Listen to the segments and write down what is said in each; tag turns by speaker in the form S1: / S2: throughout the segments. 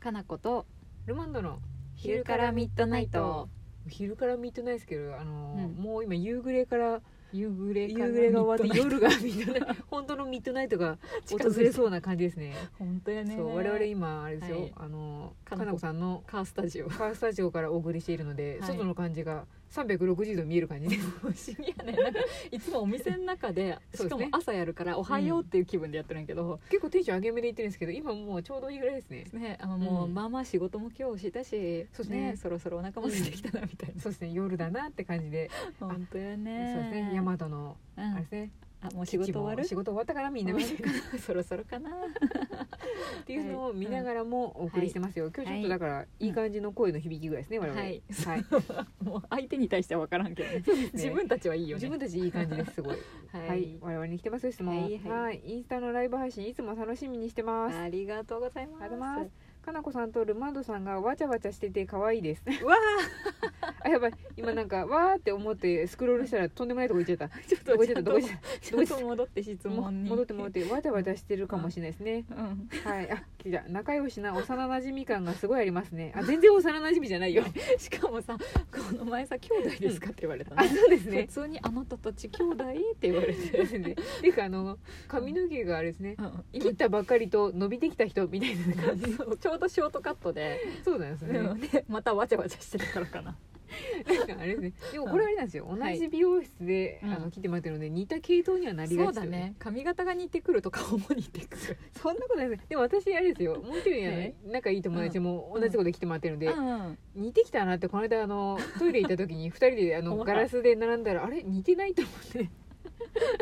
S1: かなこと
S2: ルマンドの
S1: 昼からミッドナイト
S2: 昼からミッドナイトですけどあのー、
S1: うん
S2: もう今夕暮れから
S1: 夕暮れ
S2: 夕
S1: から
S2: 暮れが終わって
S1: ミッ
S2: 夜がミッドナイト本当のミッドナイトが
S1: ドナイ
S2: 訪
S1: ト
S2: れそうな感じですね
S1: 本当やね
S2: そう我々今あれですよ、
S1: はい
S2: あのー
S1: か
S2: か
S1: なこ
S2: なこさんの
S1: カースタジオ
S2: カースタジオからお送りしているの
S1: は
S2: で、
S1: い
S2: 外の感じが360度見える感じです
S1: 不 思議やねなんかいつもお店の中 で
S2: そ
S1: し
S2: うです
S1: か
S2: ね
S1: も朝やるから「おはよう」っていう気分でやってるんやけど、
S2: 結構テンション上げ目で言ってるんですけど今もうちょうどいいぐらいですね
S1: ねあのもう、
S2: うん
S1: まあまあ仕事も今日したし
S2: そうですね
S1: そろそろお腹も空いてきたなみたいな、
S2: そうですね夜だなって感じで、
S1: 本当やね
S2: そうですね大和の
S1: う
S2: あ
S1: ん
S2: れですね、
S1: あもう仕事終わる
S2: 仕事終わったからみんな見てる
S1: そろそろかな
S2: っていうのを見ながらもお送りしてますよ、今日ちょっとだからいい感じの声の響きぐらいですね、我々
S1: はい
S2: はい
S1: もう相手に対しては分からんけどね自分たちはいいよね
S2: 自分たちいい感じですすごい
S1: は
S2: はい、
S1: い、
S2: 我々に来てますよ質問
S1: はいはい
S2: インスタのライブ配信いつも楽しみにしてますあ
S1: ありがとうございます
S2: りがとうございますかなこさんとルマンドさんがわちゃわちゃしてて可愛いです
S1: わ
S2: あやばい今なんかわーって思ってスクロールしたらとんでもないとこ行っちゃ った
S1: あ ちょっ
S2: ど
S1: と
S2: こ
S1: ち
S2: 行っち
S1: ゃ
S2: ゃった
S1: ん
S2: ど
S1: と
S2: こ行っちゃっ
S1: ちょっと戻って質
S2: た
S1: 問に
S2: 戻って 戻ってわちゃわちゃしてるかもしれないですね
S1: うん
S2: はい、あ、来た、仲良しな幼馴染み感がすごいありますね。あ、全然幼馴染みじゃないよ。
S1: しかもさこの前さ兄弟ですかって言われたの
S2: あ、そうですね
S1: 普。通にあなたたち兄弟って言われ
S2: そうで
S1: て
S2: すね。っていうか、あの、髪の毛があれですね。
S1: うん
S2: 切ったばっかりと伸びてきた人みたいな感じ。
S1: そうちょうどショートカットで、
S2: そうなんですね。なんか
S1: でまたわちゃわちゃしてたからかな
S2: あれですね。でも、これあれなんですよ。同
S1: はい
S2: じ美容室で、
S1: うん
S2: あの、切ってもらってるので、似た系統にはなりがち
S1: そうだ。ね髪型が似てくると顔も似てくる
S2: そんなことないですね。でも、私、あれですよ。 もう一人、あ
S1: え
S2: の、仲いい友達も同じとこで来てもらってるので。
S1: ん、
S2: 似てきたなって、この間、あの、トイレ行った時に、二人で、あの、
S1: 思った
S2: ガラスで並んだら、あれ、似てないと思って。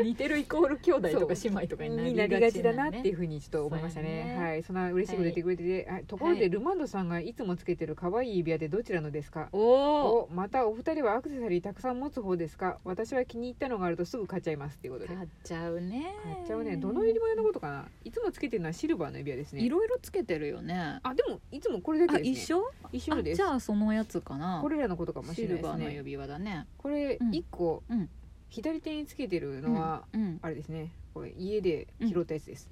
S1: 似てるイコール兄弟とか
S2: そ
S1: 姉妹とか
S2: に
S1: に
S2: な
S1: な
S2: り
S1: り
S2: が
S1: が
S2: ち
S1: ち
S2: だ
S1: だな
S2: なっ
S1: ってて
S2: い
S1: いうう
S2: ふうにちょっと思いました
S1: そう
S2: ね
S1: やね
S2: はいそんな嬉しいこと言ってくれてて、あところで、
S1: はい
S2: ルマンドさんがいつもつけてる可愛い指輪でどちらのですか
S1: おお
S2: おまたお二人はアクセサリーたくさん持つ方ですか私は気に入ったのがあるとすぐ買っちゃいますっていうことで
S1: 買っちゃうね
S2: 買っちゃうねどの指輪のことかないつもつけてるのはシルバーの指輪ですね
S1: いろいろつけてるよね
S2: あでもいつもこれだ
S1: あ
S2: けですね
S1: 一緒
S2: 一緒です
S1: あじゃあそのやつかな
S2: これらのことかもし
S1: シ
S2: れな
S1: ル
S2: いで
S1: バー
S2: す
S1: の
S2: ね
S1: 指輪だね
S2: これ
S1: うん
S2: 一個、
S1: うん
S2: 左手につけてるのは、
S1: うん
S2: あれですねこれ家で拾ったやつです、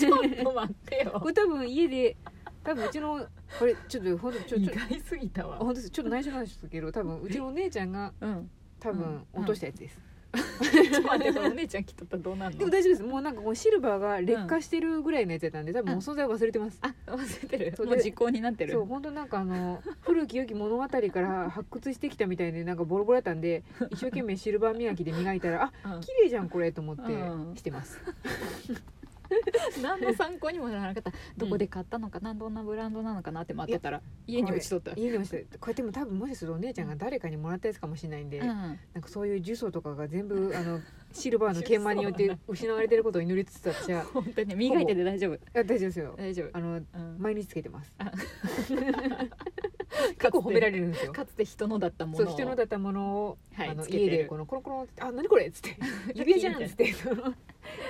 S1: ちょっと待ってよ
S2: これ多分家で多分うちのこれちょっとほんとちょ
S1: 意
S2: ちょ
S1: 外すぎた
S2: あ
S1: わ
S2: 本当ですちょっと内緒なんですけど多分うちのお姉ちゃんが
S1: うん
S2: 多分
S1: うん
S2: 落としたやつです、
S1: ちょっと待ってこれお姉ちゃん来とったらどうなん
S2: で
S1: の
S2: も大丈夫ですもうなんかこうシルバーが劣化してるぐらいのやつやったんで多分
S1: うん
S2: お素材忘れてます、
S1: あ忘れてる
S2: そう
S1: もう
S2: で
S1: 時効になってる
S2: そう本当なんかあの 古き良き物語から発掘してきたみたいでなんかボロボロやったんで一生懸命シルバー磨きで磨いたらあ
S1: うん
S2: 綺麗じゃんこれと思ってしてます、
S1: 何の参考にもならなかったどこで買ったのかな、どんなブランドなのかなって待ってたら家に落ちとった、
S2: 家にもしてこれでも多分もしかするとお姉ちゃんが誰かにもらったやつかもしれないんで、
S1: うん
S2: なんかそういう呪詛とかが全部あのシルバーの研磨によって失われてることを祈りつつ私は
S1: 本当に磨いてて大丈夫
S2: あ大丈夫ですよ
S1: 大丈夫
S2: あの
S1: うん
S2: 毎日つけてます
S1: あ
S2: 結構褒められるんですよ
S1: かつて人のだったも
S2: そう
S1: のを
S2: 人のだったものを、
S1: はい
S2: あの
S1: つけて
S2: 家
S1: る
S2: でこのコロコロって「あ何これ」っつって「指輪じゃん」っつって その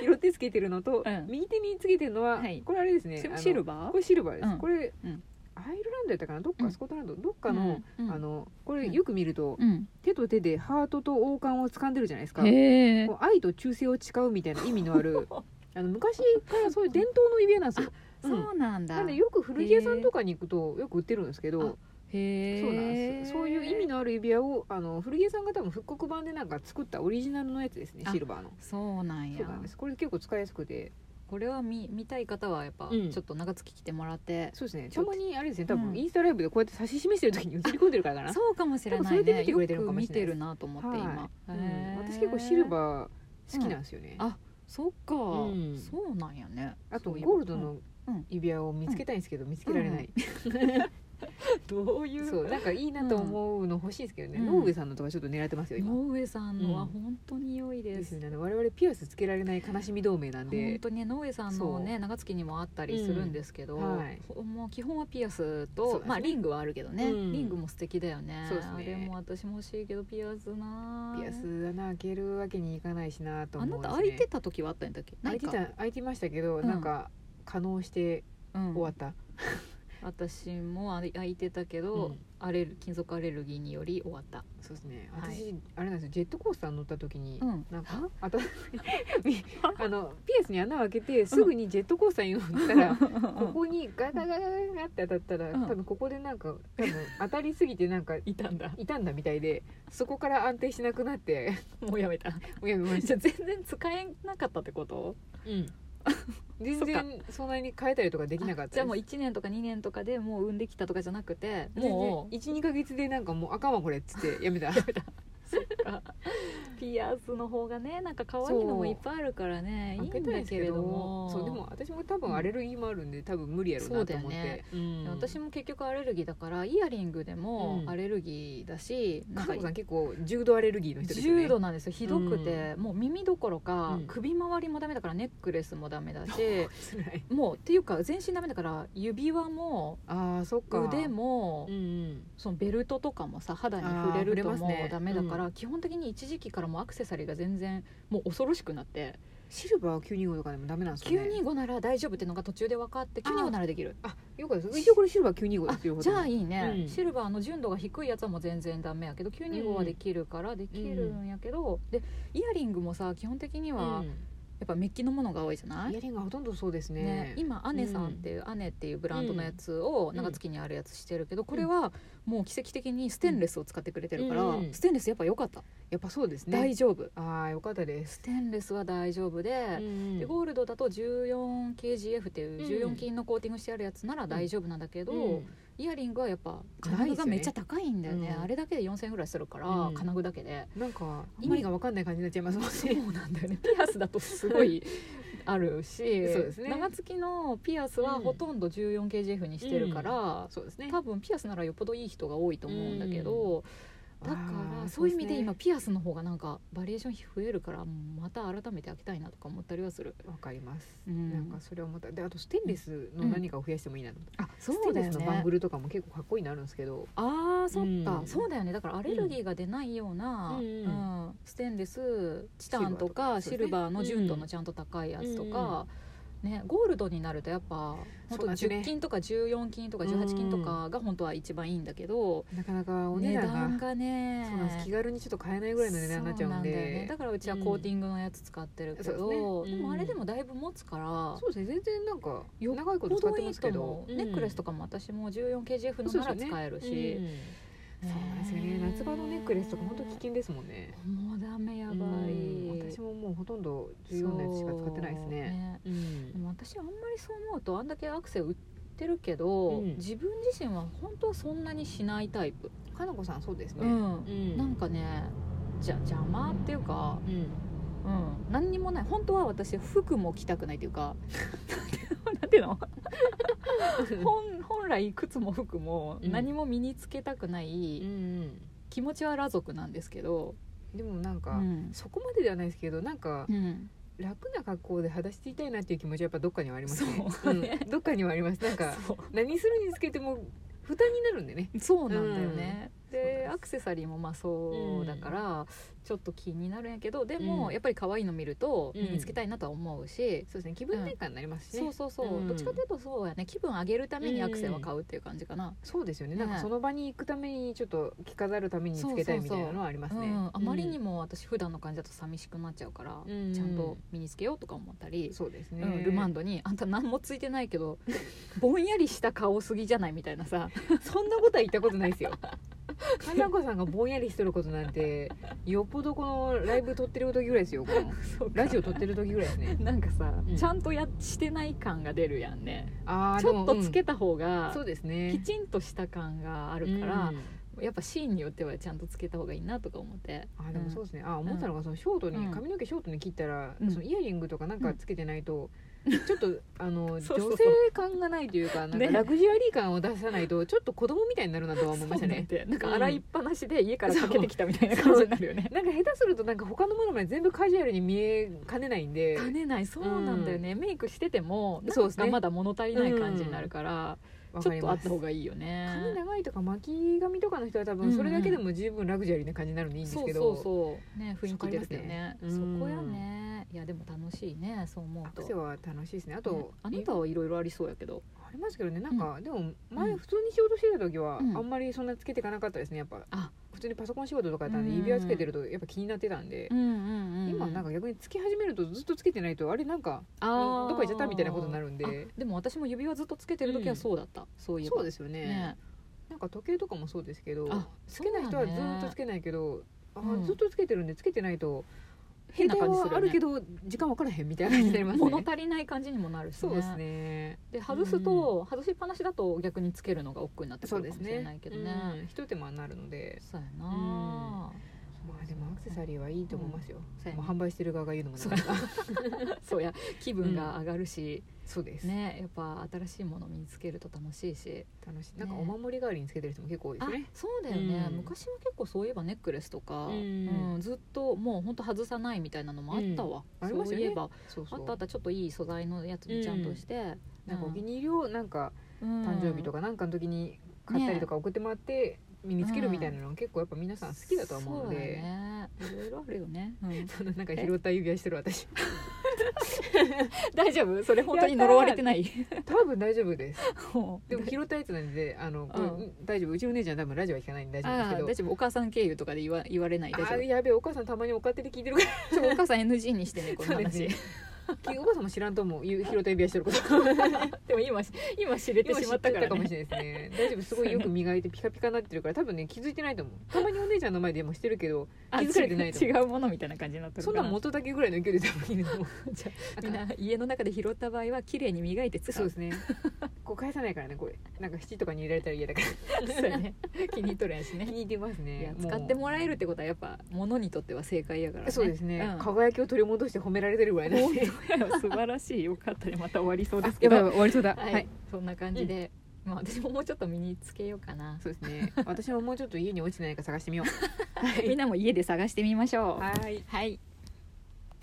S2: 拾ってつけてるのと、
S1: うん
S2: 右手につけてるのは、
S1: はい
S2: これあれですね
S1: それも
S2: あの
S1: シルバー
S2: これシルバーです、
S1: うん
S2: これ、
S1: うん
S2: アイルランドやったかなどっか、
S1: うん
S2: スコットランドどっかの、、
S1: うんうん
S2: あのこれよく見ると、
S1: うん
S2: 手と手でハートと王冠を掴んでるじゃないですか
S1: へえ
S2: こう愛と忠誠を誓うみたいな意味の あるあの昔からそういう伝統の指輪なんですよ。うん
S1: そうなんだ
S2: なんでよく古着屋さんとかに行くとよく売ってるんですけど、
S1: へえ
S2: そうなんです。そういう意味のある指輪をあの古着屋さんが多分復刻版でなんか作ったオリジナルのやつですね
S1: あ
S2: シルバーの。
S1: そうなん
S2: そ
S1: や
S2: うなんです。これ結構使いやすくて、
S1: これは見見たい方はやっぱ、
S2: うん
S1: ちょっと長月来てもらって
S2: そうですね。
S1: ち
S2: た
S1: ょっと
S2: まにあれですね。多
S1: う
S2: 分
S1: ん
S2: インスタライブでこうやって指し示してる時に映り込んでるからかな。
S1: そうかもしれな
S2: 多
S1: い
S2: 分それで
S1: ね
S2: 見てくれてる
S1: よ
S2: の
S1: く
S2: かも
S1: 見
S2: しれ
S1: て
S2: ないです
S1: るなと思って
S2: はい
S1: 今、
S2: う
S1: へ
S2: ん
S1: え
S2: 私結構シルバー好きなんですよね。
S1: うんあそっか、
S2: うん
S1: そうなんやね
S2: あと
S1: そういえば
S2: ゴールド
S1: うん
S2: の
S1: うん
S2: 指輪を見つけたいんですけど見つけられない。
S1: どうい
S2: そうなんかいいなと思うの欲しいですけどね、
S1: うん
S2: ノーウェさんのとかちょっと狙ってますよ今、
S1: 野上さんのは
S2: うん
S1: 本当に良いで
S2: です
S1: す、
S2: よねあの我々ピアスつけられない悲しみ同盟なん
S1: 本
S2: で
S1: 当にね野上さんのね長月にもあったりするんですけど、
S2: うんはい
S1: ほもう基本はピアス
S2: そう
S1: と、
S2: ですね
S1: まあリングはあるけどね、
S2: うん
S1: リングも素敵だよね
S2: そうですね
S1: あれも私も欲しいけどピアスな
S2: ピアス穴開けるわけにいかないしなと
S1: あ
S2: 思
S1: なん
S2: うで
S1: た
S2: す、ね、
S1: 開いてた時はあったんだっけな
S2: 開
S1: い
S2: いて
S1: か
S2: た開いてましたけど、
S1: うん
S2: なんか可能して
S1: うん
S2: 終わった、
S1: 私もあれ空いてたけど、
S2: うん
S1: アレル金属アレルギーにより終わった
S2: そうですね
S1: はい
S2: 私、あれなんですよジェットコースター乗った時に、
S1: うん
S2: なんかあた みあのピアスに穴を開けてすぐにジェットコースターに乗った ら、ここにガガガガガガって当たったら、
S1: うん
S2: 多分ここでなんか多分当たりすぎてなんか
S1: いたんだ
S2: 傷んだみたいでそこから安定しなくなって
S1: もうやめた
S2: もうやめまし
S1: じ
S2: た
S1: ゃあ全然使えなかったってこと
S2: うん全然そんなに変えたりとかできなかった
S1: あじゃあもう1年とか2年とかでもう産んできたとかじゃなくてもう
S2: 12か月でなんかもうあかんわこれっつってや めた
S1: ピアスの方がねなんか可愛いのもいっぱいあるからねいいん
S2: 開けた
S1: だけれども
S2: そうでも私も多分アレルギーもあるんで多分無理やろう
S1: そう
S2: な
S1: だ
S2: と
S1: よ
S2: 思って
S1: ね、
S2: うん
S1: 私も結局アレルギーだからイヤリングでも
S2: うん
S1: アレルギーだし、なん
S2: か
S1: か
S2: んこさん結構重度アレルギーの人ですよね
S1: 重度なんですよひどくて、もう耳どころか、
S2: うん
S1: 首周りもダメだからネックレスもダメだし
S2: 辛い
S1: もうっていうか全身ダメだから指輪も
S2: ああそっか
S1: 腕も、
S2: うんうん
S1: そのベルトとかもさ肌に触れると
S2: あー触れます
S1: も
S2: ね
S1: うダメだから、基本的に一時期からもうアクセサリーが全然もう恐ろしくなって、
S2: シルバー925とかでもダメなんですかね
S1: 925なら大丈夫ってのが途中で分かって
S2: あー
S1: 925ならできる
S2: あよかったです一応これシルバー925ですよ
S1: じゃあいいね、
S2: うん
S1: シルバーの純度が低いやつはもう全然ダメやけど925はできるからできるんやけど、でイヤリングもさ基本的には
S2: う
S1: や
S2: ん
S1: っぱメッキのものが多いじゃない、
S2: イヤリングはほとんどそうですね
S1: ね、今アネさんっていう、アネっていうブランドのやつを
S2: ん
S1: なんか月にあるやつしてるけどこれはもう奇跡的にステンレスを使ってくれてるから、
S2: うん
S1: ステンレスやっぱ良かった、
S2: やっぱそうです
S1: 大
S2: ね
S1: 丈夫
S2: ああよかったです
S1: ステンレスは大丈夫で,、でゴールドだと 14KGF っていう
S2: うん
S1: 14金のコーティングしてあるやつなら大丈夫なんだけど、
S2: うん
S1: イヤリングはやっぱ
S2: 高いですよね
S1: 金具がめっちゃ高いんだよね
S2: うん
S1: あれだけで4000円ぐらいするから、
S2: うん
S1: 金具だけで。
S2: なんか意味が分かんない感じになっちゃいますもん
S1: そう
S2: ね
S1: なんだよね ピアスだとすごいあるし
S2: そうですね
S1: 長月のピアスはほとんど 14KGF にしてるから、
S2: そうですね
S1: 多分ピアスならよっぽどいい人が多いと思うんだけど、だか
S2: あ
S1: ら
S2: ー
S1: そういう意味で今
S2: そ
S1: ピアスの方がなんかバリエーション増えるからまた改めて開けたいなとか思ったりはする、
S2: うですねわかります
S1: うん
S2: なんかそれをまたであとステンレスの何かを増やしてもいいなと思って
S1: あ
S2: ステンレスのバングルとかも結構かっこいいのあるんですけど
S1: あーそっか、
S2: うん
S1: そうだよねだからアレルギーが出ないような、
S2: うん
S1: うんステンレスチタンとかシ
S2: シルバーとかそうですね
S1: ルバーの純度のちゃんと高いやつとか、ね、ゴールドになるとやっぱ本
S2: そう
S1: 当
S2: なんですね
S1: 10金とか14金とか18金とかが本当は一番いいんだけど、
S2: なかなかお値
S1: 値
S2: 段が
S1: 段がね
S2: そうなんです気軽にちょっと買えないぐらいの値段になっちゃうん
S1: そ
S2: で
S1: なんだよねだからうちはコーティングのやつ使ってるけど、
S2: うんそうです
S1: で
S2: ね
S1: もあれでもだいぶ持つから
S2: そうですね全然なんか
S1: よっ
S2: 長いこと使ってますけど
S1: 程いいと思うネックレスと
S2: か
S1: かも私も 14KGF のなら使えるし、
S2: そうなんですよね夏場のネックレスとか本当危険ですもんね
S1: もうダメやばい
S2: うん私ももうほとんど14のやつしか使ってないです
S1: そう
S2: ねうん
S1: でも私あんまりそう思うとあんだけアクセ売ってるけど、
S2: うん
S1: 自分自身は本当はそんなにしないタイプ、
S2: かなこさんそうです
S1: う
S2: ね
S1: ん
S2: うん
S1: なんかねじゃ邪魔っていうか、
S2: うん
S1: うん、何にもない本当は私服も着たくないっていう かなんていうの本本来靴も服も
S2: うん
S1: 何も身につけたくない、
S2: うん
S1: 気持ちは裸族なんですけど、
S2: でもなん
S1: う
S2: か
S1: ん
S2: そこまでではないですけどなんか
S1: うん
S2: 楽な格好で裸足でいたいなっていう気持ちはやっぱどっかにはありますね
S1: そうね
S2: うんどっかにはありますなんか
S1: そう
S2: 何するにつけても負担になるんでね
S1: そうなんだよね、
S2: んそうで
S1: ですアクセサリーもまあそうだから、ちょっと気になるんやけどでも、
S2: うん
S1: やっぱり可愛いの見ると
S2: うん
S1: 身につけたいなとは思うし、
S2: そうですね気分転換になりますしね、
S1: そうそうそう、
S2: うん
S1: どっちかというとそうやね気分上げるためにアクセは買うっていう感じかな、
S2: そうですよね
S1: ね
S2: なんかその場に行くためにちょっと着飾るためにつけたいみたいなのはあります
S1: うん
S2: ね
S1: あまりに
S2: も、
S1: も私普段の感じだと寂しくなっちゃうから、
S2: うん
S1: ちゃんと身につけようとか思ったり、
S2: そうです
S1: う
S2: ね、
S1: ん、ルマンドに「あんた何もついてないけ どぼんやりした顔すぎじゃない?」みたいなさ
S2: そんなことは言ったことないですよかなこさんがぼんやりしとることなんてよっぽどこのライブ撮ってる時ぐらいですよこのラジオ撮ってる時ぐらいですね
S1: なんかさ、
S2: うん
S1: ちゃんとやしてない感が出るやんね
S2: あー
S1: ちょっ
S2: で
S1: と
S2: も
S1: つけた方
S2: うん
S1: が
S2: そうですね
S1: きちんとした感があるか
S2: う
S1: ら
S2: ん、
S1: やっぱシーンによってはちゃんとつけた方がいいなとか思って
S2: あーでもそうですね、あー思ったのがそのショートに、
S1: うん
S2: 髪の毛ショートに切ったら、
S1: うん
S2: そのイヤリングとかなんかつけてないと、ちょっとあの
S1: そうそうそう
S2: 女性感がないというかなんか
S1: ね
S2: ラグジュアリー感を出さないとちょっと子供みたいになるなとは
S1: 思
S2: 思い
S1: いま
S2: まし
S1: したたね
S2: ね。
S1: なんか洗いっぱなしで家からかけてきたみたいな
S2: そ
S1: 感
S2: う
S1: じになるよね
S2: なんか下手するとなんか他のものまで全部カジュアルに見えかねないんで
S1: 兼ねないそうなんだよね、メイクしてても
S2: そ
S1: な
S2: うで
S1: ん
S2: すね
S1: かまだ物足りない感じになるから、
S2: わ
S1: ち
S2: か
S1: ょっ
S2: り
S1: とあ
S2: ま
S1: っ
S2: す
S1: た方がいいよね
S2: 髪長いとか巻き髪とかの人は多分それだけでも十分ラグジュアリーな感じになるのでいいんです
S1: そう
S2: けど、
S1: そうそうね雰囲気ですよ
S2: わ
S1: ね
S2: かります
S1: そ
S2: ね
S1: こやねいやでも楽しいねそう思
S2: ア
S1: う
S2: ク
S1: と
S2: セは楽しいですねあ
S1: あ
S2: と、
S1: あなたはいろいろありそうやけど
S2: ありますけどねなんか、でも
S1: う
S2: 前
S1: ん
S2: 普通に仕事してた時はあ
S1: うん
S2: んまりそんなつけていかなかったですねやっぱ
S1: あ
S2: 普通にパソコン仕事とかやったんで
S1: うん
S2: 指輪つけてるとやっぱ気になってたんで、
S1: んうんう
S2: 今なんか逆につけ始めるとずっとつけてないとあれなんか
S1: あー
S2: どっか行っちゃったみたいなことになるんで
S1: あでも私も指輪ずっとつけてる時はそうだった、そういえば
S2: そうですすよね
S1: ね
S2: なんか時計とかもそうですけど
S1: あ
S2: つけない人はずっとつけないけど、あ
S1: うん
S2: ずっとつけてるんでつけてないと
S1: 変な感じするよね
S2: 携帯はあるけど時間分からへんみたいな感じになりますね
S1: 物足りない感じにもなるし、ね、
S2: そうですね
S1: で外すと、外しっぱなしだと逆につけるのが億劫になってく
S2: そう
S1: る
S2: で
S1: か
S2: す
S1: もしれ
S2: ね
S1: ないけどね
S2: うんひと手間になるので
S1: そうやな、
S2: まあでもアクセサリーはいいと思いますよ、
S1: そうや
S2: もう
S1: ね
S2: 販売してる側が言うのもな
S1: そ
S2: ん
S1: う
S2: か
S1: やそうや気分が上がるし、
S2: そうです、
S1: ねやっぱ新しいもの身につけると楽しいし
S2: 楽しいなんかお守り代わりにつけてる人も結構多いで
S1: あ
S2: すね
S1: そうだよね、
S2: うん
S1: 昔は結構そういえばネックレスとか、
S2: うん
S1: うんずっともうほんと外さないみたいなのもあったわ、
S2: うんありまし
S1: そ
S2: た
S1: う
S2: よ
S1: い
S2: ね
S1: えば
S2: そう
S1: あ
S2: そう
S1: ったあったちょっといい素材のやつにちゃんとして、
S2: なんかお気に入りをなんか誕
S1: 誕
S2: 生日と
S1: か
S2: かなんかの時に買ったりとか送ってもらって身につけるみたいなの結構やっぱ皆さん好きだとは思うの
S1: そうだ
S2: で
S1: ねいろいろあるよね、
S2: そん ななんか拾った指輪してる私
S1: 大丈夫それ
S2: 本当に呪われて
S1: ない
S2: 多分大丈夫です
S1: で
S2: でも
S1: も
S2: 拾ったやつなんであの、こ
S1: う
S2: れ
S1: ん
S2: うん大丈夫うちの姉ちゃん多分ラジオは聞かないんで大丈夫
S1: ああ
S2: で
S1: 大
S2: す
S1: 丈夫お母さん経由とかで言わ言われない
S2: けど
S1: 大
S2: あ
S1: 丈
S2: ーやべえお母さんたまにお勝手で聞いてるか
S1: 夫ちょお母さん NG に してねこの
S2: そうです
S1: 話
S2: ねらお母さんも知らんと思うゆ拾った指輪してること
S1: でも今し今知れて
S2: 今
S1: し
S2: 知
S1: ま
S2: っ
S1: った
S2: て
S1: から、
S2: た
S1: ね、
S2: かもしれないですね 大丈夫すごいよく磨いてピカピカになってるから多分ね気づいてないと思うたまにお姉ちゃんの前でもしてるけ ど
S1: あ
S2: 気づかれてないと
S1: 違
S2: 思
S1: う違うものみたいな感じになってる
S2: そん
S1: か
S2: な
S1: ら
S2: 元だけぐらいの勢いで多分いいのも
S1: じゃあみんな家の中で拾った場合は綺麗に磨いて使う
S2: そうですねこう返さないからねこれなんか七とかに入れられたら嫌だ から
S1: そうやね気に入っとるやし
S2: 気
S1: ね
S2: に入ってます
S1: いや
S2: ね
S1: 使って
S2: も
S1: もらえるってことはやっぱ物にとっては正解やから
S2: う
S1: ね
S2: そうですね、
S1: うん
S2: 輝きを取り戻して褒められてるぐらいなんで
S1: 本当や素晴らしいよかったねまた終わりそうですけ
S2: やばい
S1: ど
S2: やばい終わりそうだ
S1: はい、
S2: はい
S1: そんな感じで、まあ私ももうちょっと身につけようかな、
S2: そうですね。私ももうちょっと家に落ちてないか探してみよう。
S1: みんなも家で探してみましょう
S2: はい。
S1: はい